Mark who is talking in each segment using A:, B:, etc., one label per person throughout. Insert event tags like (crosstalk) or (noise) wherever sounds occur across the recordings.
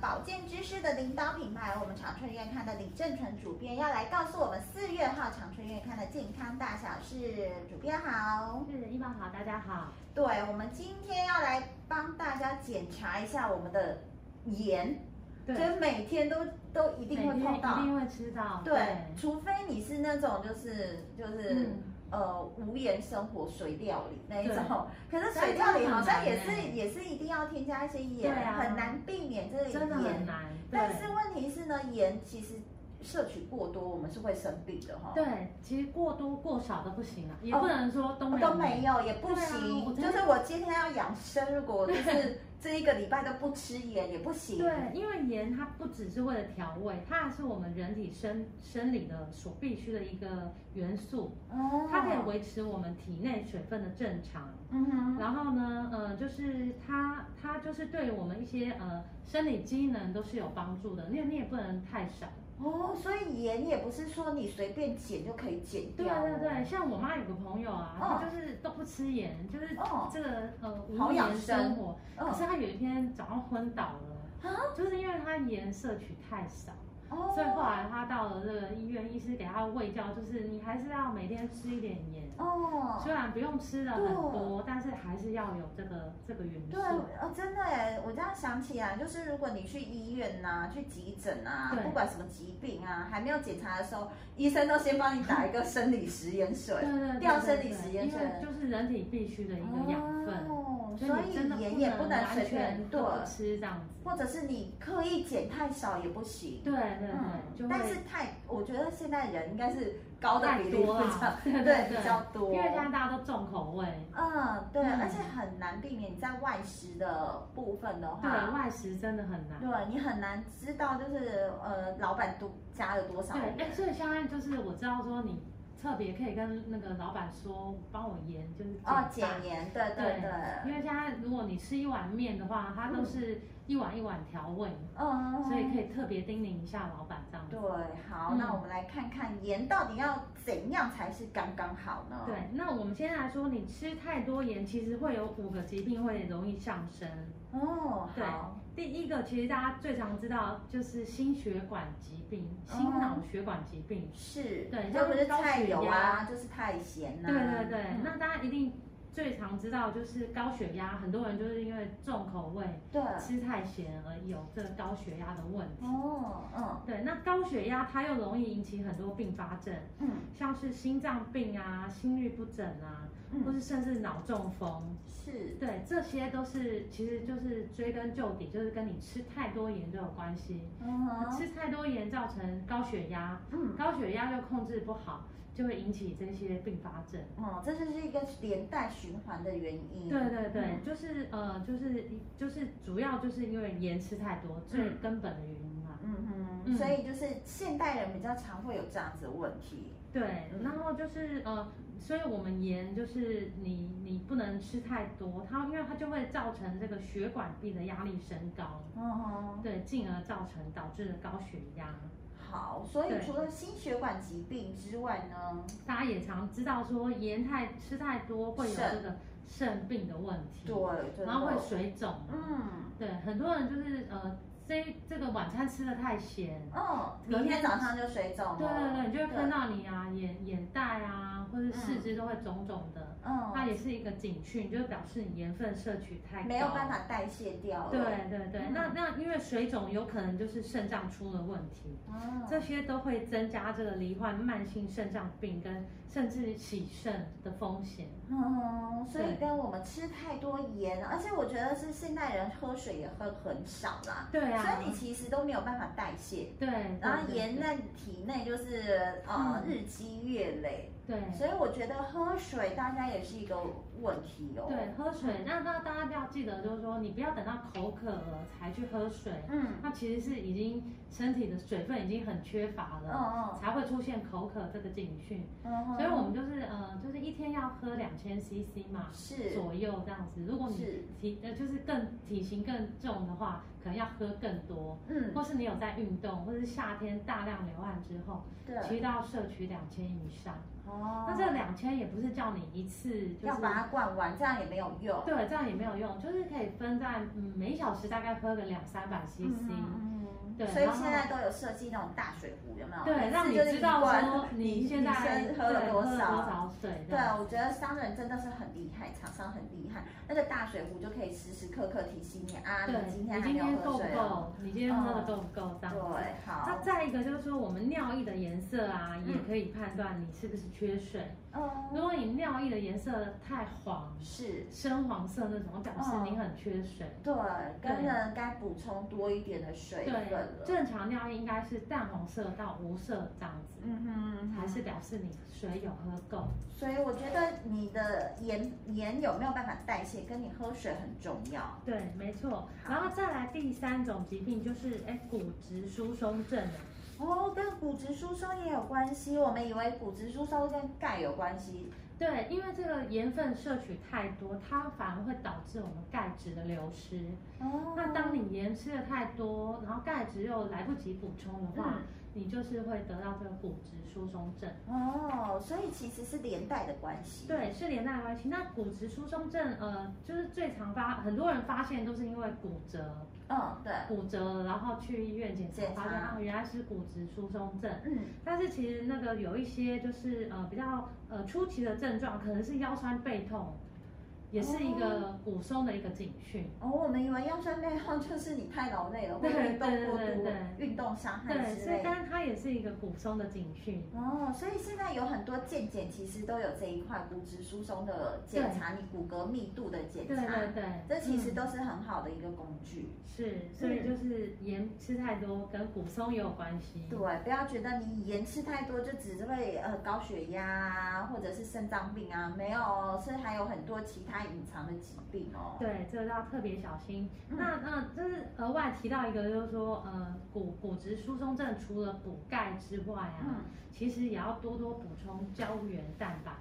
A: 保健知识的领导品牌，我们长春院刊的李正淳主编要来告诉我们四月号长春院刊的健康大小事。主编好，
B: 是一棒好，大家好。
A: 对我们今天要来帮大家检查一下我们的盐，
B: 对，
A: 就是每天都都一
B: 每
A: 定
B: 天
A: 会碰
B: 一
A: 到。
B: 定会吃到。
A: 对，除非你是那种就是就是、
B: 嗯，
A: 呃无盐生活水料理那一
B: 对
A: 种， (laughs) 可是
B: 但
A: 水
B: 是
A: 料理
B: 真的
A: 好
B: 很
A: 像
B: 难
A: 也
B: 欸
A: 是也是一定要添加一些
B: 对
A: 盐，
B: 啊
A: 很难避免这个
B: 真的很
A: 盐。
B: 难。
A: 但
B: 对
A: 是问题是呢，盐其实摄取过多，我们是会生病的哈。
B: 对，其实过多过少都不行啊，也
A: 哦
B: 不能说都没有。
A: 都没有也不
B: 对啊
A: 行，
B: 我真
A: 就
B: 的
A: 是我今天要养生，如果我就是这一个礼拜都不吃盐也不行。
B: 对，因为盐它不只是为了调味，它还是我们人体生生理的所必须的一个元素，
A: 哦，
B: 它可以维持我们体内水分的正常。
A: 嗯哼，
B: 然后呢，呃，就是它它就是对我们一些呃生理机能都是有帮助的，你也你也不能太少。
A: 哦，所以盐也不是说你随便减就可以减
B: 对
A: 掉。
B: 对对，，像我妈有个朋友啊，
A: 哦
B: 她就是都不吃盐，就是
A: 哦
B: 这个呃
A: 好
B: 无
A: 养
B: 盐
A: 生
B: 生活。可
A: 嗯，
B: 是她有一天早上昏倒了，就是因为她盐摄取太少，
A: 哦
B: 所以后来她到了这个医院，医师给她喂教，就是你还是要每天吃一点盐，
A: 哦，
B: 虽然不用吃的很多，但是还是要有这个这个元素
A: 对，。哦，真的哎，我这样想起来，就是如果你去医院呐、去急诊啊，
B: 对
A: 不管什么疾病啊，还没有检查的时候，医生都先帮你打一个生理食盐水，
B: 对对对
A: 掉生
B: 对
A: 理
B: 对
A: 食盐
B: 因为就是人体必须的一个养分。
A: 哦，
B: 所
A: 所
B: 以你
A: 以
B: 真的
A: 盐也
B: 不
A: 能
B: 完
A: 随便
B: 全
A: 对
B: 都，不吃这样子。
A: 或者是你刻意减太少也不行。
B: 对对对，就
A: 但
B: 会
A: 是太，我觉得现在人应该是高的
B: 太
A: 比例哦比
B: 多
A: 较
B: 了，对
A: 对比
B: 对，
A: 较多，
B: 因为现在大家都重口味，
A: 嗯对，
B: 嗯
A: 而且很难避免你在外食的部分的
B: 对啊
A: 话，
B: 外食真的很难。
A: 对你很难知道，就是呃，老板都加了多少盐
B: 对，哎，所以现在就是我知道说你特别可以跟那个老板说，帮我盐就是
A: 哦，
B: 减
A: 减盐，对对嗯
B: 对
A: 对，
B: 半，因为现在如果你吃一碗面的话，它都是一碗一碗调味，
A: 嗯，
B: 所以可
A: 以。
B: 以特别叮咛一下老板这样子
A: 对。，好，
B: 嗯
A: 那我们来看看盐到底要怎样才是刚刚好呢？，
B: 对，那我们先来说，你吃太多盐，其实会有五个疾病会容易上升。
A: 哦，
B: 对
A: 好，
B: 第一个，其实大家最常知道就是心血管疾病、心
A: 哦
B: 脑血管疾病。
A: 是，
B: 对
A: 要
B: 像
A: 不是
B: 高
A: 太
B: 血
A: 油啊，
B: 压
A: 就是太咸呐、
B: 对对对，
A: 嗯
B: 那大家一定最常知道就是高血压，很多人就是因为重口味、
A: 对，
C: 嗯
B: 吃太咸而有这个高血压的问题。
A: 哦，嗯
B: 对，那高血压它又容易引起很多并发症，
A: 嗯
B: 像是心脏病啊、心律不整啊，或
A: 嗯，
B: 是甚至脑中风。
A: 是，
B: 对，这些都是其实就是追根究底，就是跟你吃太多盐都有关系。
A: 嗯
C: 哦
A: 哼，
B: 吃太多盐造成高血压，
A: 嗯，
B: 高血压又控制不好，就会引起这些并发症。
A: 哦，这就是一个连带循环的原因。
B: 对对对，
A: 嗯，
B: 就是呃，就是就是主要就是因为盐吃太多，最根本的原因嘛。
A: 嗯哼，
B: 嗯
A: 所以就是现代人比较常会有这样子的问题。
B: 对
A: 嗯，
B: 然后就是呃，所以我们盐就是你你不能吃太多，它因为它就会造成这个血管壁的压力升高，
A: 哦，
B: 对，进而造成导致的高血压。
A: 好，所以
B: 对
A: 除了心血管疾病之外呢，
B: 大家也常知道说盐太吃太多会有
A: 肾
B: 这个肾病的问题，
A: 对，真
B: 然后会
A: 的，
B: 水肿，
A: 嗯，
B: 对，很多人就是呃这这个晚餐吃的太咸，
C: 嗯，明天早上就水肿了。
B: 对对对，你就会看
C: 对，
B: 到你啊眼眼袋啊，或者四肢都会肿肿的，它
C: 嗯，
B: 也是一个警讯，就是表示你盐分摄取太高，
C: 没有办。法代谢掉了。
B: 对对对，
C: 嗯
B: 那那因为水肿有可能就是肾脏出了问题，
C: 嗯，
B: 这些都会增加这个罹患慢性肾脏病跟甚至洗肾的风险。
C: 嗯，所以
B: 对
C: 跟我们吃太多盐，而且我觉得是现代人喝水也喝很少啦，
B: 对啊，
C: 所以你其实都没有办法代谢，
B: 对，对
C: 然后
B: 对
C: 盐在体内就是呃
B: 嗯
C: 日积月累，
B: 对
C: 所以我觉得喝水大家也是一个问题哦。
B: 对，喝水，那那大家要记得，就是说你不要等到口渴了才去喝水，
C: 嗯，
B: 那其实是已经身体的水分已经很缺乏
C: 嗯
B: 了，
C: 嗯
B: 才会出现口渴这个警讯。
C: 嗯哼，
B: 所以我们就是呃，就是一天要喝两千 CC 嘛
C: 是
B: 左右这样子。如果你
C: 是
B: 体呃就是更体型更重的话，可能要喝更多，
C: 嗯
B: 或是你有在运动，或是夏天大量流汗之后，其
C: 对
B: 实都要摄取两千以上。
C: 哦，
B: 那这两千也不是叫你一次就
C: 要
B: 是
C: 把它灌完，这样也没有用。
B: 对，这样也没有用，就是可以分在嗯每小时大概喝个两三百 CC，、
C: 嗯嗯
B: 对
C: 所以
B: 然后
C: 现在都有设计那种大水壶，有没有？
B: 对，让你知道说你现在
C: 女生喝了
B: 对
C: 多
B: 多
C: 少
B: 水这
C: 对啊
B: 样。，
C: 我觉得商人真的是很厉害，厂商很厉害。那个大水壶就可以时时刻刻提醒你啊，
B: 对，
C: 你今天还
B: 你
C: 没
B: 今
C: 有
B: 天够
C: 喝
B: 不
C: 水哦。
B: 够？你今天喝的够不够？这
C: 对
B: 样子。，那
C: 好，
B: 再一个就是说，我们尿液的颜色啊，
C: 嗯
B: 也可以判断你是不是缺水。如
C: 嗯，
B: 果你尿液的颜色太黄，
C: 是，
B: 深黄色那种，表
C: 嗯
B: 示你很缺水。
C: 对，跟人该补充多一点的水分
B: 对
C: 了，。
B: 正常尿液应该是淡红色到无色这样子，
C: 嗯哼，
B: 才是表示你水有喝够。
C: 所以我觉得你的盐盐有没有办法代谢，跟你喝水很重要。
B: 对，没错。然后再来第三种疾病就是哎骨质疏松症啊
C: 哦，跟骨质疏松也有关系。我们以为骨质疏松跟钙有关系，
B: 对，因为这个盐分摄取太多，它反而会导致我们钙质的流失。
C: 哦
B: 那当你盐吃的太多，然后钙质又来不及补充的话，
C: 嗯
B: 你就是会得到这个骨质疏松症。
C: 哦，所以其实是连带的关系。
B: 对，是连带关系。那骨质疏松症，呃，就是最常发，很多人发现都是因为骨折，
C: 嗯，对，
B: 骨折然后去医院检查
C: 检，查
B: 发现啊原来是骨质疏松症。
C: 嗯，
B: 但是其实那个有一些就是呃比较呃初期的症状，可能是腰酸背痛，也是一个骨松的一个警讯。
C: 哦，我们以为腰酸背痛就是你太劳累了，或者
B: 对
C: 运动过
B: 对对
C: 度
B: 对、
C: 运动伤害
B: 对，
C: 啊之
B: 所以
C: 类的。
B: 但是它也是一个骨松的警讯。
C: 哦，所以现在有很多健检其实都有这一块骨质疏松的检查，你骨骼密度的检
B: 对
C: 查，
B: 对对，
C: 这其实
B: 嗯
C: 都是很好的一个工具。嗯
B: 是，所以就是盐吃太多跟骨松也有关系。
C: 对，不要觉得你盐吃太多就只是会呃高血压啊，或者是肾脏病啊，没有哦，是还有很多其他隐藏的疾病哦。
B: 对，这个要特别小心。
C: 嗯
B: 那那这是额外提到一个，就是说，呃，骨骨质疏松症除了补钙之外啊，
C: 嗯，
B: 其实也要多多补充胶原蛋白。
C: 哦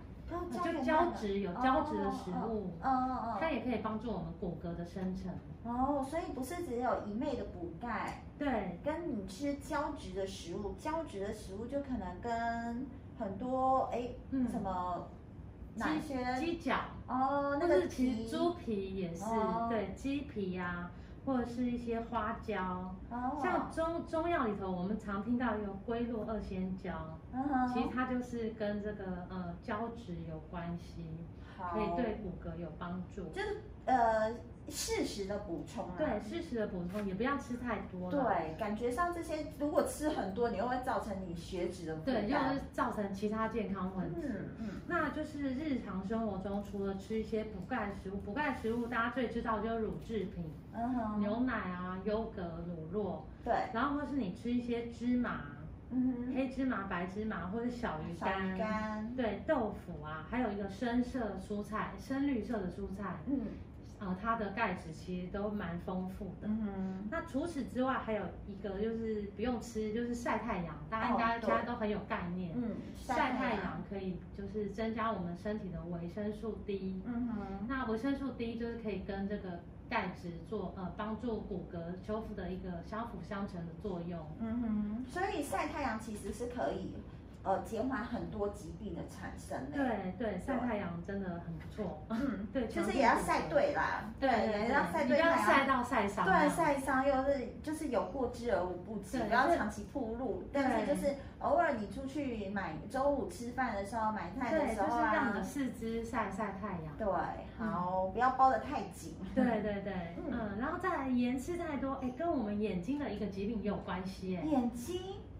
B: 就胶质有胶质的食物，
C: 嗯嗯嗯
B: 它也可以帮助我们骨骼的生成。
C: 哦，所以不是只有一昧的补钙，
B: 对
C: 跟你吃胶质的食物，胶质的食物就可能跟很多哎、
B: 嗯
C: 什么
B: 鸡
C: 哪些
B: 鸡脚，
C: 哦那
B: 或
C: 个
B: 是其
C: 皮
B: 实猪皮也是，
C: 哦
B: 对鸡皮呀、或者是一些花椒。
C: 哦
B: 像中中药里头，我们常听到有龟鹿二仙胶，
C: 嗯哼
B: 其实它就是跟这个呃胶质有关系，
C: 好
B: 可以对骨骼有帮助。
C: 就是呃适时的补充啊。
B: 对，适时的补充，也不要吃太多了。
C: 对，感觉上这些如果吃很多，你又会造成你血脂的负
B: 对，又
C: 担。
B: 会造成其他健康问题。
C: 嗯嗯，
B: 那就是日常生活中，除了吃一些补钙食物，补钙食物大家最知道就是乳制品，
C: 嗯哼，
B: 牛奶啊、优格、乳酪，
C: 对，
B: 然后或是你吃一些芝麻，
C: 嗯
B: 黑芝麻、白芝麻，或者小
C: 哼，
B: 鱼
C: 小
B: 干，
C: 鱼干，
B: 对，豆腐啊，还有一个深色蔬菜，深绿色的蔬菜，
C: 嗯
B: 呃，它的钙质其实都蛮丰富的。
C: 嗯哼。
B: 那除此之外，还有一个就是不用吃，就是晒太阳，大家
C: 哦
B: 应该
C: 对
B: 大家都很有概念。
C: 嗯，
B: 晒太，阳可以就是增加我们身体的维生素 D，
C: 嗯哼，
B: 那维生素 D 就是可以跟这个钙质做呃帮助骨骼修复的一个相辅相成的作用。
C: 嗯哼，所以晒太阳其实是可以呃减缓很多疾病的产生呢。
B: 对对，晒太阳真的很不错。
C: 嗯，
B: 对，
C: 就是也要晒对啦，
B: 对，对
C: 也
B: 对
C: 要晒
B: 你
C: 对
B: 不要
C: 太
B: 晒
C: 阳。
B: 到晒伤。
C: 对，晒伤又是就是有过之而无不及，
B: 啊对
C: 不要
B: 这
C: 长期铺路。但是就是偶尔你出去买周五吃饭的时候买菜的
B: 对，
C: 时
B: 就是
C: 候
B: 让你的嗯
C: 啊，
B: 四肢晒晒太阳。
C: 对，好，不要包得太紧。
B: 对对对，
C: 嗯
B: 嗯，然后再来盐吃太多，哎，跟我们眼睛的一个疾病也有关系，哎，
C: 眼睛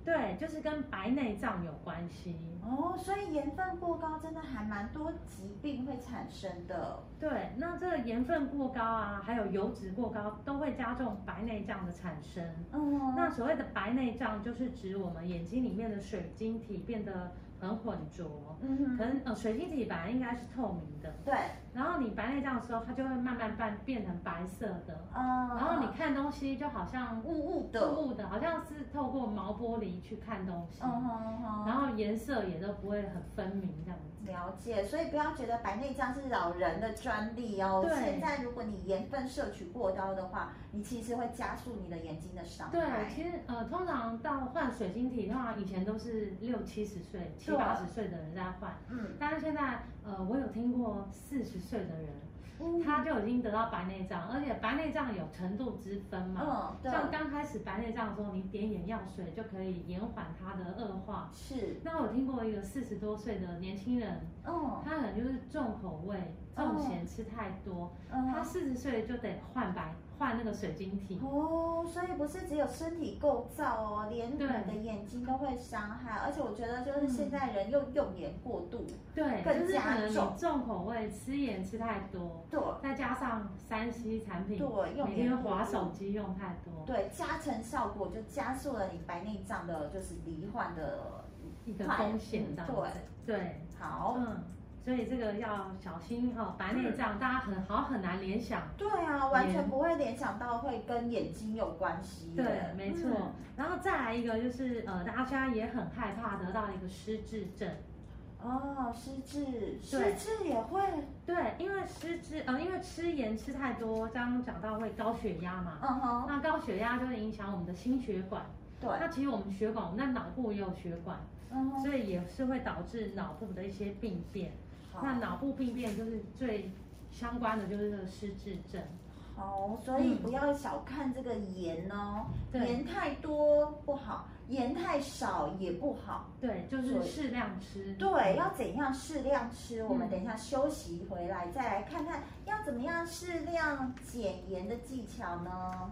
B: 对，就是跟白内障有关系。
C: 哦，所以盐分过高真的还蛮多疾病会产生的。
B: 对，那这个盐分过高啊，还有油脂过高，都会加重白内障的产生。
C: 嗯，
B: 那所谓的白内障，就是指我们眼睛里面的水晶体变得很混浊，
C: 嗯
B: 可
C: 哼，
B: 能呃水晶体本来应该是透明的，
C: 对，
B: 然后你白内障的时候，它就会慢慢变变成白色的，
C: 嗯，
B: 然后你看东西就好像
C: 雾雾的，
B: 雾雾的，好像是透过毛玻璃去看东西，
C: 嗯哼哼，
B: 然后颜色也都不会很分明这样子。
C: 了解，所以不要觉得白内障是老人的专利哦。
B: 对
C: 现在如果你盐分摄取过高的话，你其实会加速你的眼睛的伤害
B: 对，。其实呃，通常到换水晶体的话，以前都是六七十岁、七
C: 对啊
B: 八十岁的人在换，
C: 嗯，
B: 但是现在呃，我有听过四十岁的人。他就已经得到白内障，而且白内障有程度之分嘛。
C: 嗯，对，
B: 像刚开始白内障的时候，你点眼药水就可以延缓它的恶化。
C: 是，
B: 那我听过一个四十多岁的年轻人，
C: 嗯
B: 他可能就是重口味、重咸吃太多，
C: 嗯
B: 他四十岁就得换白换那个水晶体。
C: 哦，所以不是只有身体构造哦，连你
B: 对
C: 的眼睛都会伤害。而且我觉得就是现在人又用盐过度，
B: 对，
C: 更
B: 就是可能
C: 加重
B: 你重口味、吃盐吃太多，
C: 对
B: 再加上三 C 产品，
C: 对，用
B: 每
C: 盐
B: 天
C: 过
B: 划
C: 度。
B: 手机用太多，
C: 对，加成效果就加速了你白内障的，就是罹患的。
B: 一个风险
C: 嗯
B: 这样子。对。
C: 好，
B: 嗯，所以这个要小心哈、白
C: 嗯
B: 内障大家很好很难联想。
C: 对啊，完全不会联想到会跟眼睛有关系的。
B: 对，没错。
C: 嗯
B: 然后再来一个就是呃，大家也很害怕得到一个失智症。
C: 哦，失智，失
B: 对
C: 智也会，
B: 对，因为失智呃，因为吃盐吃太多，刚刚讲到会高血压嘛。
C: 嗯哼，
B: 那高血压就会影响我们的心血管，
C: 对，
B: 那其实我们血管，我们的脑部也有血管，
C: 嗯哼，
B: 所以也是会导致脑部的一些病变。
C: 好
B: 那脑部病变就是最相关的就是这个失智症。
C: 好，所以
B: 嗯
C: 不要小看这个盐哦，
B: 对
C: 盐太多不好，盐太少也不好。
B: 对，就
C: 所
B: 是
C: 以
B: 适量吃。
C: 对，要怎样适量吃？我们
B: 嗯
C: 等一下休息回来再来看看要怎么样适量减盐的技巧呢？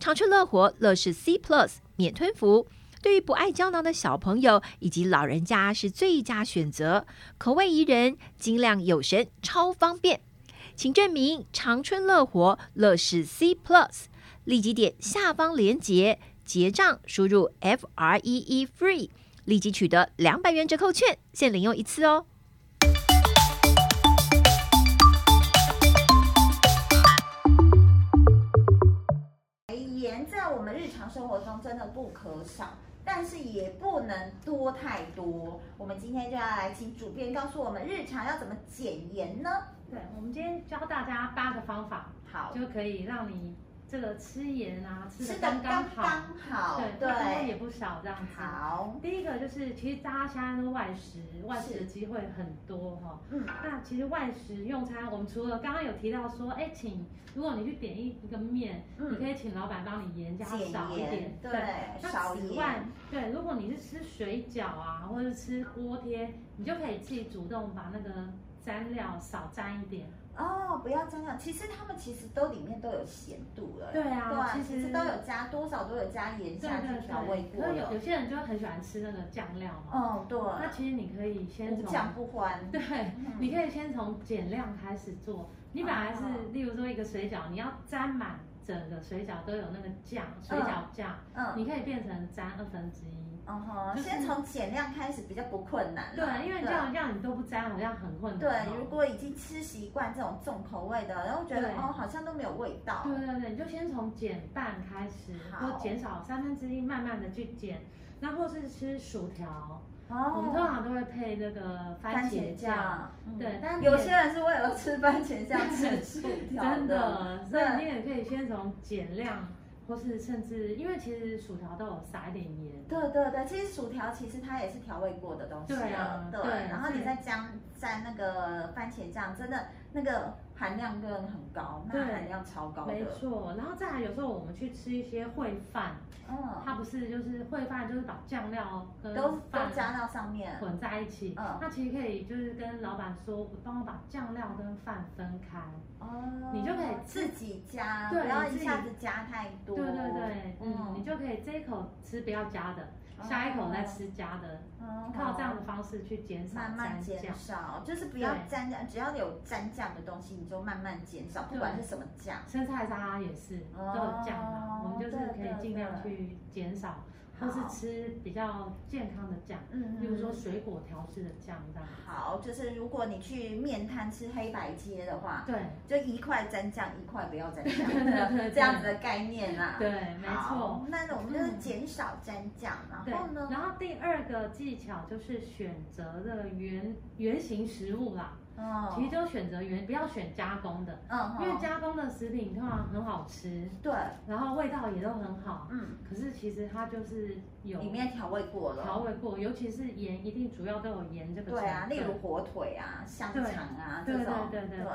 D: 长春乐活乐视 C Plus 免吞服，对于不爱胶囊的小朋友以及老人家是最佳选择，口味宜人，精量有神，超方便。请证明长春乐活乐视 C Plus，立即点下方链接结账，输入 F R E E FREE，立即取得两百元折扣券，限领用一次哦。
C: 盐在哎我们日常生活中真的不可少，但是也不能多太多。我们今天就要来请主编告诉我们日常要怎么减盐呢？
B: 对，我们今天教大家八个方法，
C: 好，
B: 就可以让你这个吃盐啊吃
C: 吃
B: 的
C: 的
B: 刚
C: 刚
B: 刚
C: 刚
B: 好，
C: 好，
B: 对，不多也
C: 对，
B: 不少这样子。
C: 好，
B: 第一个就是，其实大家现在都外食，外食的机会很多哈、
C: 嗯，
B: 那其实外食用餐，我们除了刚刚有提到说，哎，请如果你去点一一个面，
C: 嗯
B: 你可以请老板帮你盐加少
C: 减
B: 一
C: 盐
B: 点，，
C: 对，
B: 那
C: 少
B: 此外
C: 盐，，
B: 对，如果你是吃水饺啊，或者是吃锅贴，你就可以自己主动把那个蘸料少蘸一点。
C: 哦，不要这样。其实他们其实都里面都有咸度了，
B: 对啊
C: 对
B: 其
C: 其
B: 实
C: 实都有加多少都有加盐
B: 对
C: 下
B: 对
C: 去调味
B: 对，
C: 过
B: 可是有
C: 了
B: 有。些人就很喜欢吃那个酱料嘛。
C: 嗯，
B: 那
C: 对，
B: 其实你可以先
C: 无
B: 从
C: 酱不欢。
B: 对，
C: 嗯
B: 你可以先从减量开始做。你本来是
C: 哦，
B: 例如说一个水饺，你要沾满整个水饺都有那个酱，水饺酱，
C: 嗯
B: 你可以变成沾二分之一。
C: 嗯哼，
B: 就是
C: 先从减量开始比较不困难啦。
B: 对，因为这样让你都不沾，好像很困难
C: 对
B: 哦。
C: 嗯对，如果已经吃习惯这种重口味的，然后觉得
B: 对
C: 哦好像都没有味道。
B: 对对对，你就先从减半开始，
C: 好
B: 或减少三分之一，慢慢的去减。那或是吃薯条，我们通
C: 哦，
B: 常都会配那个番
C: 番
B: 茄
C: 茄
B: 酱。
C: 酱，嗯
B: 对，但是
C: 有些人是为了吃番茄酱吃薯条
B: 真的，所以你
C: 对
B: 也可以先从减量，或是甚至因为其实薯条都有撒一点盐。
C: 对对对，其实薯条其实它也是调味过的东西
B: 对啊
C: 了，对
B: 对
C: 然后
B: 所以
C: 你再加蘸那个番茄酱，真的那个含量真的很高，钠
B: 对
C: 含量超高
B: 没
C: 的。
B: 错，然后再来，有时候我们去吃一些烩饭，
C: 嗯，
B: 它不是就是烩饭，就是把酱料跟
C: 都都
B: 饭
C: 加到上面。
B: 混在一起。
C: 嗯
B: 那其实可以就是跟老板说，帮我把酱料跟饭分开。
C: 哦，
B: 你就可以
C: 自己加，
B: 对
C: 不要
B: 你自
C: 一
B: 己
C: 下子加太多。
B: 对对对，嗯，你
C: 嗯，哦
B: 就可以这一口吃不要加的，下一口再吃加的，
C: 嗯
B: 靠这样的方式去减少
C: 慢慢
B: 沾
C: 减
B: 酱。
C: 少，就是不要
B: 对
C: 沾酱，只要有沾酱的东西，你就慢慢减少，不管
B: 对
C: 是什么酱。
B: 生菜沙拉也是都
C: 哦
B: 有酱嘛，我们就是可以尽量去减少，或
C: 对
B: 是吃比较健康的酱，
C: 嗯
B: 例如说水果调制的酱这样。
C: 好，就是如果你去面摊吃黑白切的话，
B: 对
C: 就一块沾酱，一块不要沾酱，
B: (laughs) 对对
C: 这样子的概念啦。
B: 对，没错。嗯
C: 好。那我们就是减少沾酱，
B: 对
C: 然后，呢？
B: 然后第二个技巧就是选择的原原型食物啦，
C: 嗯
B: 其实就选择原，不要选加工的，
C: 嗯，
B: 因为
C: 嗯
B: 加工的食品通常很好吃，
C: 对，
B: 然后味道也都很好，
C: 嗯，
B: 可是其实它就是有
C: 里面调味过
B: 调
C: 了。
B: 味过，尤其是盐，一定主要都有盐这个成
C: 对
B: 分。
C: 啊，例如火腿啊、香肠啊这
B: 对对
C: 种，
B: 对对对。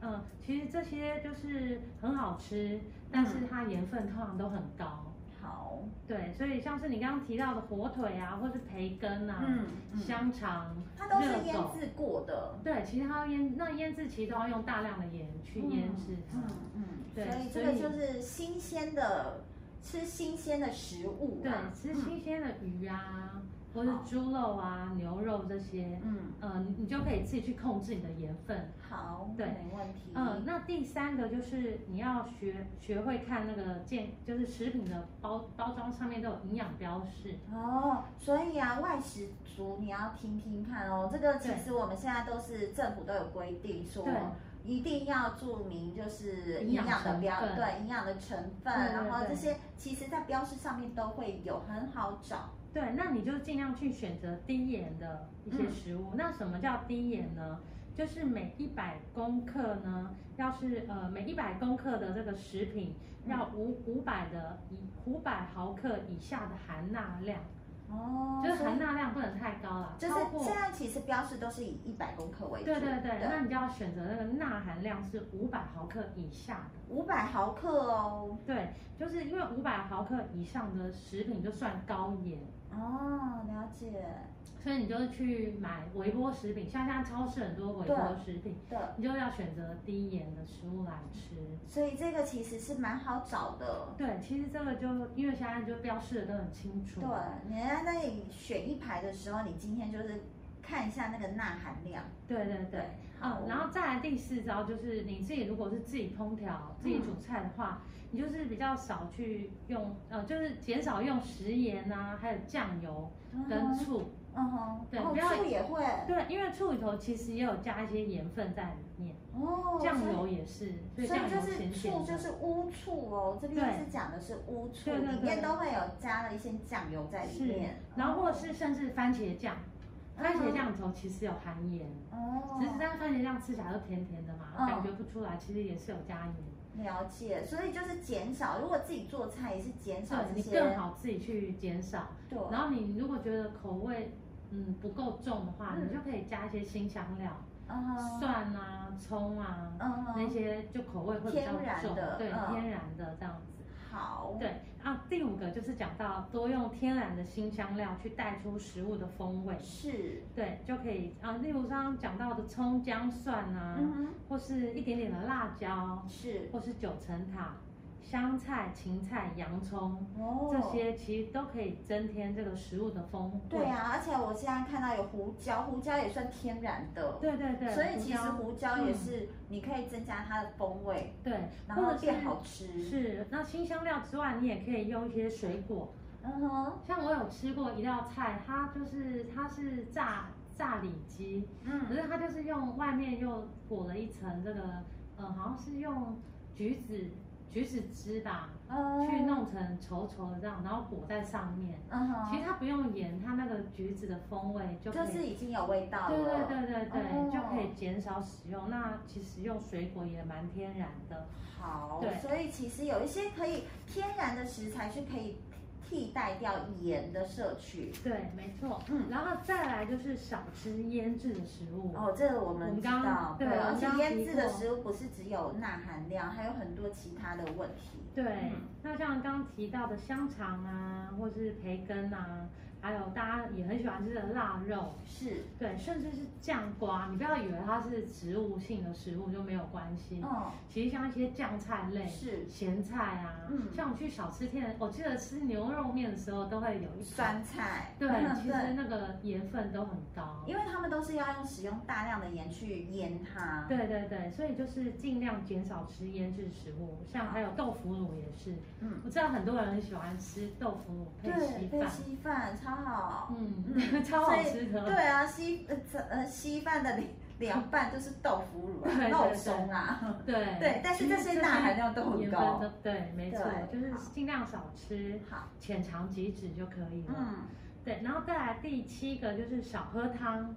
B: 嗯，其实这些就是很好吃，但是
C: 嗯
B: 它盐分通常都很高。
C: 好，
B: 对，所以像是你刚刚提到的火腿啊，或是培根啊、
C: 嗯，嗯
B: 香肠、
C: 它都是
B: 热
C: 腌
B: 狗，
C: 制过的，
B: 对，其实它腌那腌制其实都要用大量的盐去腌制它。
C: 嗯嗯，
B: 对
C: 所以这
B: 所
C: 个
B: 以
C: 就是新鲜的，吃新鲜的食物
B: 对
C: 啊，，
B: 吃新鲜的鱼啊，或是
C: 好
B: 猪肉啊、牛肉这些，
C: 嗯，
B: 呃，你你就可以自己去控制你的盐分。
C: 好，
B: 对
C: 没问题。
B: 嗯，那第三个就是你要学学会看那个健，就是食品的包包装上面都有营养标示。
C: 哦，所以啊，外食族你要听听看哦，这个其实我们现在都是政府都有规定说
B: 对。
C: 一定要注明就是
B: 营
C: 营
B: 养
C: 养的
B: 成
C: 标
B: 分
C: 对营养的成分，
B: 对对
C: 然后
B: 对
C: 这些其实在标识上面都会有，很好找。
B: 对，那你就尽量去选择低盐的一些
C: 嗯
B: 食物。那什么叫低盐呢？就是每一百公克呢，要是呃每一百公克的这个食品
C: 嗯
B: 要五五百的以五百毫克以下的含钠量，
C: 哦
B: 就是
C: 所以
B: 含钠量不能太高了，
C: 就
B: 超
C: 是
B: 过
C: 现在其实标示都是以一百公克为主，
B: 对对对，那你就要选择那个钠含量是五百毫克以下的。
C: 五百毫克哦，
B: 对，就是因为五百毫克以上的食品就算高盐，
C: 哦，了解，
B: 所以你就是去买微波食品，像现在超市很多微波食品，
C: 对，
B: 你就要选择低盐的食物来吃。
C: 所以这个其实是蛮好找的。
B: 对，其实这个就因为现在就标示的都很清楚。
C: 对，你在那里选一排的时候，你今天就是看一下那个钠含量。
B: 对对对。
C: 好
B: 嗯，然后再来第四招就是你自己如果是自己烹调、
C: 嗯
B: 自己煮菜的话，你就是比较少去用，呃，就是减少用食盐啊，还有酱油跟
C: 嗯哼
B: 醋。
C: 嗯哼，
B: 对
C: 哦
B: 不要
C: 醋也会，
B: 对，因为醋里头其实也有加一些盐分在里面，
C: 哦，
B: 酱油也是，所
C: 所
B: 以
C: 以。所以
B: 酱
C: 就
B: 油
C: 是
B: 咸咸
C: 醋，就
B: 的。
C: 是乌醋哦，这边
B: 对
C: 是讲的是乌醋，
B: 对对对
C: 里面都会有加了一些酱油在里面，嗯
B: 然后或者是甚至番茄酱，番茄酱里头其实有含盐，
C: 哦，
B: 只是但是番茄酱吃起来都甜甜的嘛，
C: 嗯
B: 感觉不出来，其实也是有加盐。
C: 了解，所以就是减少，如果自己做菜也是减少
B: 对
C: 这
B: 你
C: 些，
B: 更好自己去减少。
C: 对，
B: 然后你如果觉得口味嗯不够重的话，
C: 嗯
B: 你就可以加一些新香料，
C: 嗯哼，
B: 蒜啊、葱啊
C: 嗯哼，
B: 那些，就口味会比较
C: 天然
B: 重
C: 的，
B: 对，
C: 嗯哦
B: 天然的这样子。
C: 好，
B: 对啊，第五个就是讲到多用天然的新香料去带出食物的风味，
C: 是，
B: 对，就可以啊，例如刚刚讲到的葱姜蒜啊，
C: 嗯
B: 或是一点点的辣椒，
C: 哼，是，
B: 或是九层塔、香菜、芹菜、洋葱
C: 哦
B: 这些，其实都可以增添这个食物的风味。
C: 对啊，而且我现在看到有胡椒，胡椒也算天然的，
B: 对对对，
C: 所以其实
B: 胡椒
C: 胡椒也
B: 嗯
C: 是你可以增加它的风味，
B: 对，
C: 然
B: 或
C: 后
B: 者
C: 变
B: 是
C: 好吃。
B: 是那新香料之外，你也可以用一些水果，
C: 嗯哼，
B: 像我有吃过一道菜，它就是它是炸炸里脊，可
C: 嗯，
B: 是它就是用外面又裹了一层这个，呃，好像是用橘子橘子汁吧，去
C: 嗯，
B: 弄成稠稠的这样，然后裹在上面。
C: 嗯
B: 其
C: 哼，
B: 实它不用盐，它那个橘子的风味哦就可
C: 就
B: 以。
C: 是已经有味道了。
B: 对对对对对，
C: 哦
B: 就可以减少使用。那其实用水果也蛮天然的。
C: 好，
B: 对
C: 所以其实有一些可以天然的食材是可以替代掉盐的摄取。
B: 对，没错。
C: 嗯
B: 然后再来就是少吃腌制的食物。
C: 哦，这个我
B: 我
C: 们
B: 们
C: 知
B: 刚
C: 道，
B: 对我
C: 而
B: 们
C: 且
B: 刚
C: 腌
B: 提
C: 制的
B: 过
C: 食物不是只有钠含量，还有很多其他的问题。
B: 对，
C: 嗯
B: 那像刚提到的香肠啊，或是培根啊，还有大家也很喜欢吃的腊肉，
C: 是，
B: 对，甚至是酱瓜，你不要以为它是植物性的食物就没有关系。
C: 嗯，
B: 其实像一些酱菜类、
C: 是
B: 咸菜啊，
C: 嗯
B: 像我去小吃店，我记得吃牛肉面的时候都会有一盘。
C: 酸菜， (laughs)
B: 对，
C: 嗯
B: 其实那个盐分都很高。
C: 因为他们都是要用使用大量的盐去腌它。
B: 对对对，所以就是尽量减少吃腌制食物，像还有豆腐乳也是。
C: 嗯，
B: 我知道很多人很喜欢吃豆腐乳配稀
C: 对，配
B: 饭，
C: 稀饭超好。
B: 嗯， (laughs) 超好
C: 所以
B: 吃的。
C: 对啊，稀呃这呃稀饭的凉凉拌就是豆腐乳啊、
B: (laughs) 对对
C: 肉
B: 对
C: 松啊。
B: 对
C: 对但是这些钠含量都很
B: 盐
C: 高
B: 分都对，没错
C: 对，
B: 就是
C: 好
B: 尽量少吃，
C: 好，
B: 浅尝即止就可以了。
C: 嗯，
B: 对，然后再来第七个就是少喝汤，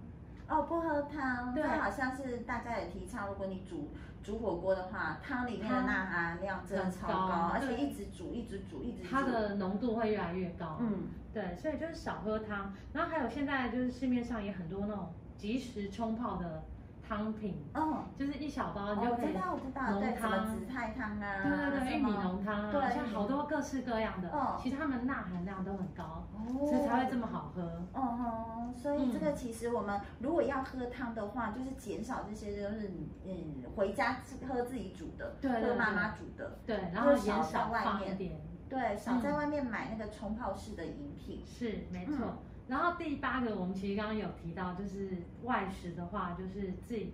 C: 哦，不喝汤，
B: 对
C: 这好像是大家也提倡，如果你煮煮火锅的话，汤里面的
B: 汤
C: 钠含量真的超
B: 很
C: 高
B: 高，
C: 而且
B: 对
C: 一直煮，一直煮，一直煮。
B: 它的浓度会越来越高。
C: 嗯，
B: 对，所以就是少喝汤。然后还有现在就是市面上也很多那种即时冲泡的汤品，
C: 哦，
B: 就是一小包你就
C: 我
B: 可
C: 知
B: 以。
C: 道，我知道，
B: 嗯浓
C: 对，什么
B: 汤
C: 紫菜汤啊，
B: 对对对，
C: 什
B: 玉米
C: 么
B: 浓汤
C: 对
B: 啊，像好多各式各样的
C: 嗯，
B: 其实它们钠含量都很高，
C: 哦，
B: 所以才会这么好喝。
C: 嗯哼，所以这
B: 嗯
C: 个其实我们如果要喝汤的话，就是减少这些，就是嗯回家自喝自己煮的，
B: 对对
C: 喝
B: 对
C: 妈妈煮的，
B: 对，然后
C: 就少
B: 盐
C: 在
B: 少
C: 外
B: 放一
C: 面
B: 点，
C: 对，少在
B: 嗯
C: 外面买那个冲泡式的饮品。
B: 是没
C: 嗯
B: 错。然后第八个，我们其实刚刚有提到，就是外食的话，就是自己。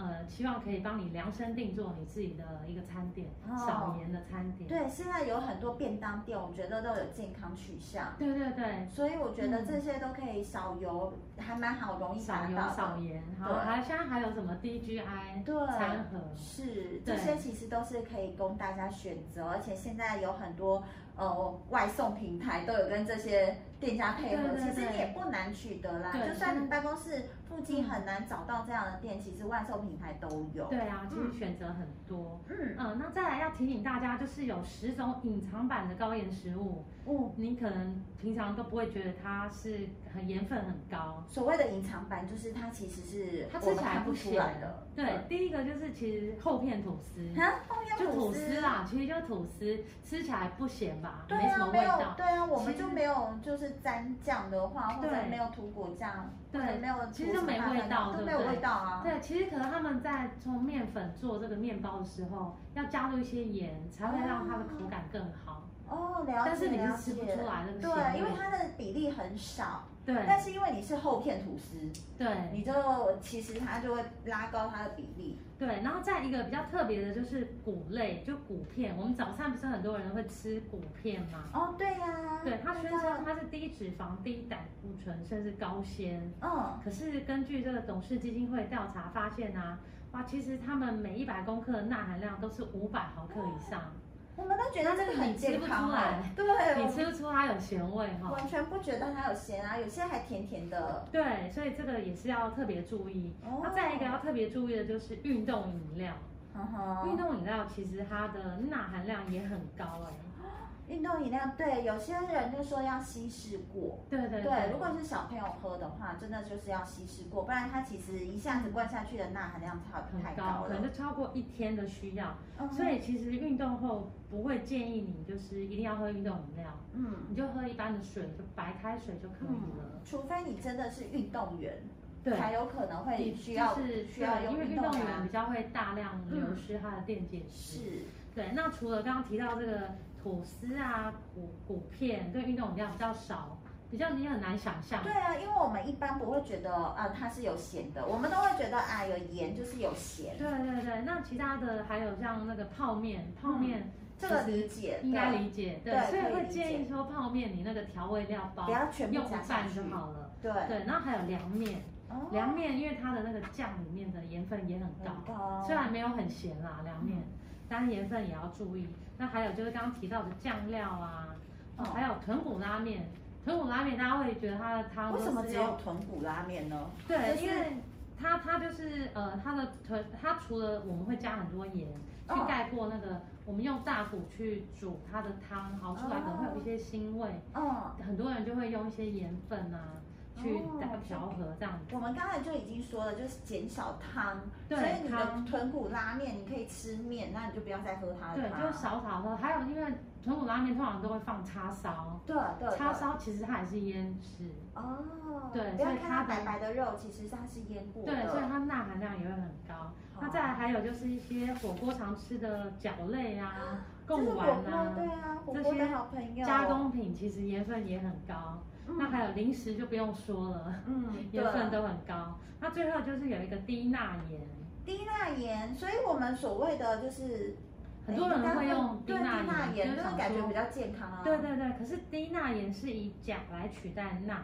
B: 呃，希望可以帮你量身定做你自己的一个餐点，
C: 哦
B: 少盐的餐点。
C: 对，现在有很多便当店，我觉得都有健康取向，
B: 对对对
C: 所以我觉得
B: 嗯
C: 这些都可以少油，还蛮好，容易达
B: 少油
C: 到
B: 少
C: 的。
B: 盐，
C: 对
B: 好，还现在还有什么 DGI
C: 对
B: 餐盒？
C: 是，这
B: 对
C: 些其实都是可以供大家选择，而且现在有很多呃外送平台都有跟这些店家配合，
B: 对对
C: 其实
B: 对
C: 你也不难取得啦。
B: 对
C: 就算
B: 是
C: 你办公室附近很难找到这样的店，其实外送平台都有。
B: 对啊，其
C: 嗯
B: 实选择很多。
C: 嗯，
B: 嗯，那再来要提醒大家，就是有十种隐藏版的高盐食物，
C: 嗯，
B: 你可能平常都不会觉得它是很盐分很高，
C: 所谓的隐藏版就是它其实是
B: 它
C: 我
B: 吃
C: 们
B: 起来
C: 看
B: 不
C: 不
B: 咸
C: 出来的。
B: 对，第一个就是其实厚片吐司，
C: 对，啊，后面
B: 就吐司。啦，其实就吐司，吃起来不咸吧，
C: 对
B: 没什
C: 啊，
B: 么
C: 没
B: 味
C: 有
B: 道。
C: 对啊，我们
B: 其实
C: 就没有就是沾酱的话，或者
B: 对
C: 没有涂果酱，或
B: 对
C: 者没有
B: 其
C: 涂
B: 实就
C: 什么
B: 没
C: 辣
B: 味
C: 椒
B: 道对
C: 都没
B: 不
C: 有
B: 对
C: 味道啊。
B: 对，其实可能他们在从面粉做这个面包的时候，要加入一些盐，才会让它的口感更好。
C: 哦，了解，
B: 但是你
C: 了
B: 是吃不
C: 解
B: 出来那个咸
C: 对，
B: 味。
C: 因为它的比例很少，但
B: 对
C: 是因为你是厚片吐司，
B: 对
C: 你就其实它就会拉高它的比例。
B: 对，然后再一个比较特别的就是谷类，就谷片。我们早上不是很多人会吃谷片吗？
C: 哦，对呀、
B: 对，它
C: 那
B: 宣
C: 个
B: 称它是低脂肪、低胆固醇，甚至高纤。
C: 嗯，
B: 可是根据这个董事基金会调查发现啊，哇，其实他们每一百公克的钠含量都是五百毫克以上，
C: 我们都觉得这个很健康啊
B: 但是，
C: 对，
B: 你
C: 我
B: 吃不出它有咸味哈、
C: 完全不觉得它有咸啊，有些还甜甜的。
B: 对，所以这个也是要特别注意。
C: 哦
B: 那再一个要特别注意的就是运动饮料，
C: 嗯哼
B: 运动饮料其实它的钠含量也很高哎、
C: 哦运动饮料，对，有些人就说要稀释过。
B: 对对
C: 对，如果是小朋友喝的话，真的就是要稀释过，不然它其实一下子灌下去的钠含量太太
B: 很高，
C: 高
B: 可能
C: 了。
B: 就超过一天的需要。
C: 嗯
B: 所以其实运动后不会建议你就是一定要喝运动饮料，
C: 嗯，
B: 你就喝一般的水，就白开水就可以了。
C: 除非你真的是运动员，
B: 对嗯对
C: 才嗯有可能会需要
B: 就是
C: 需要
B: 对
C: 用
B: 因为
C: 运
B: 运
C: 动
B: 动员
C: 员
B: 比较会大量流失它的电解质。
C: 是
B: 对，那除了刚刚提到这个吐司啊、谷谷片跟运动饮料比较少，比较你很难想象
C: 对。啊，因为我们一般不会觉得啊它是有咸的，我们都会觉得啊有盐就是有咸，
B: 对对对，那其他的还有像那个泡面，泡面
C: 嗯这
B: 其
C: 个
B: 实
C: 理解
B: 应该
C: 对
B: 理解，
C: 对
B: 所以
C: 可以
B: 会
C: 理
B: 建
C: 解
B: 议说泡面你那个调味料包
C: 不要全部
B: 用一
C: 加下
B: 半
C: 去
B: 就好了。
C: 对
B: 对，然后还有凉面，
C: 哦
B: 凉面因为它的那个酱里面的盐分也很高，
C: 很高
B: 虽然没有很咸啦，凉面，
C: 嗯
B: 但盐分也要注意。那还有就是刚刚提到的酱料啊，哦
C: 哦
B: 还有豚骨拉面，豚骨拉面大家会觉得它的汤
C: 为什
B: 都
C: 么只
B: 是
C: 有
B: 用
C: 豚骨拉面呢？
B: 对，
C: 就是
B: 因为它它就是呃它的豚，它除了我们会加很多盐去
C: 哦
B: 盖过那个，我们用大骨去煮它的汤，熬出来可能会有一些腥味，
C: 嗯，
B: 很多人就会用一些盐分啊去
C: 哦
B: 打调和这样子。
C: 我们刚才就已经说了，就是减少汤，
B: 对
C: 所以你的
B: 汤
C: 豚骨拉面你可以吃面，那你就不要再喝它的
B: 对，
C: 汤。
B: 就少少喝。还有因为豚骨拉面通常都会放叉烧，
C: 对对对
B: 叉烧其实它也是腌制，
C: 哦，
B: 对
C: 不要
B: 所以
C: 看它
B: 它的
C: 白白的肉，其实它是腌过的。哦
B: 对，所以它钠含量也会很高。那再来还有就是一些火锅常吃的饺类啊、
C: 就是
B: 贡
C: 火
B: 丸
C: 锅，对
B: 啊，
C: 啊，火
B: 这
C: 锅的
B: 些
C: 好朋友。
B: 加工品其实盐分也很高。
C: 嗯，
B: 那还有零食就不用说了，
C: 嗯，
B: 盐分
C: 对
B: 都很高。那最后就是有一个低钠盐，
C: 低钠盐，所以我们所谓的就是哎
B: 很多人会用低
C: 对低钠
B: 钠
C: 盐，
B: 盐，
C: 就
B: 就是是
C: 感
B: 想
C: 觉
B: 说
C: 比。较健康啊。
B: 对对对，可是低钠盐是以钾来取代钠，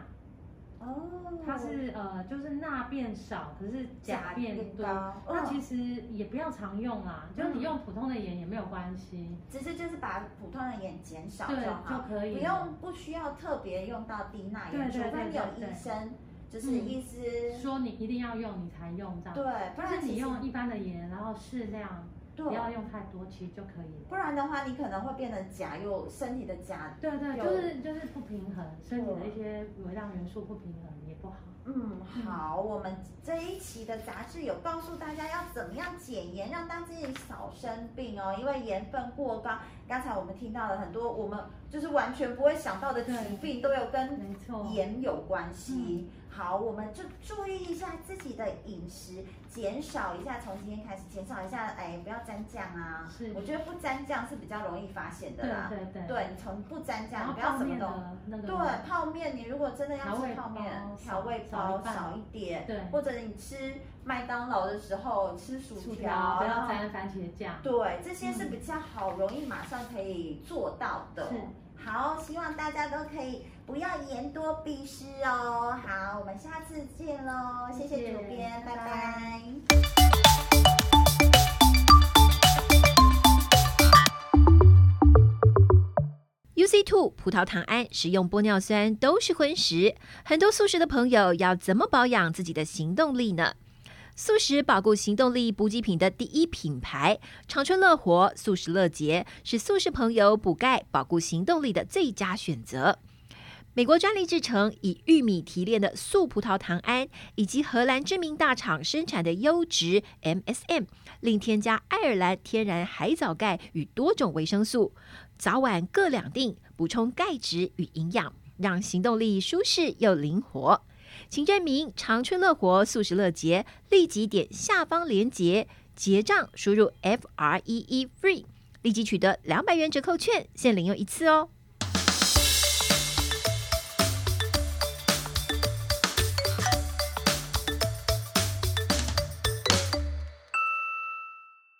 C: 哦，
B: 它是呃，就是钠变少，可是钾变多。
C: 高，
B: 那
C: 嗯
B: 其实也不要常用啦，就是你用普通的盐也没有关系，
C: 只是就是把普通的盐减嗯少
B: 对
C: 就好，
B: 就可以
C: 不
B: 了
C: 用不需要特别用到低钠盐，除
B: 对对
C: 非你有
B: 对对
C: 医生，就是
B: 嗯
C: 医师，
B: 说你一定要用你才用这样。
C: 对，不
B: 但
C: 然
B: 是
C: 其
B: 你
C: 实
B: 用一般的盐，然后适量，不要
C: 对，
B: 用太多，其实就可以了。
C: 不然的话你可能会变成钾又身体的钾，
B: 对对，
C: 有
B: 就是就是不平衡，身体的一些微量元素不平衡也不好。
C: 嗯，好，我们这一期的杂志有告诉大家要怎么样减盐，让大家少生病哦。因为盐分过高，刚才我们听到了很多我们就是完全不会想到的疾
B: 对哦
C: 病，都有跟
B: 没错，
C: 盐有关系。好，我们就注意一下自己的饮食，减少一下，从今天开始减少一下，哎，不要沾酱啊。
B: 是
C: 我觉得不沾酱是比较容易发现的
B: 对
C: 啦。
B: 对对。
C: 你从不沾
B: 然
C: 酱，
B: 后
C: 你不要
B: 泡
C: 什
B: 面
C: 么都。
B: 的那个
C: 对，泡面，你如果真的要
B: 调
C: 吃
B: 味
C: 泡
B: 包
C: 面，调
B: 少
C: 味
B: 少
C: 包
B: 一半
C: 少一点，
B: 对
C: 或者你吃麦当劳的时候吃薯
B: 薯
C: 条，
B: 条不
C: 然
B: 要
C: 后
B: 沾番茄酱。
C: 对，这些是比较好，容易马上可以做到的。
B: 是
C: 好，希望大家都可以不要言多必失哦。好，我们下次见喽，谢
B: 谢
C: 谢
B: 谢
C: 主编，
B: 拜
C: 拜拜
B: 拜
D: ，UC Two 葡萄糖胺食用玻尿酸都是荤食，很多素食的朋友要怎么保养自己的行动力呢？素食保护行动力补给品的第一品牌长春乐活素食乐节是素食朋友补钙保护行动力的最佳选择。美国专利制成以玉米提炼的素葡萄糖胺，以及荷兰知名大厂生产的优质 MSM，另添加爱尔兰天然海藻钙与多种维生素，早晚各两锭，补充钙质与营养，让行动力舒适又灵活。请证明长春乐活素食乐节，立即点下方链接结账，输入 F R E E FREE，立即取得两百元折扣券，限领用一次哦。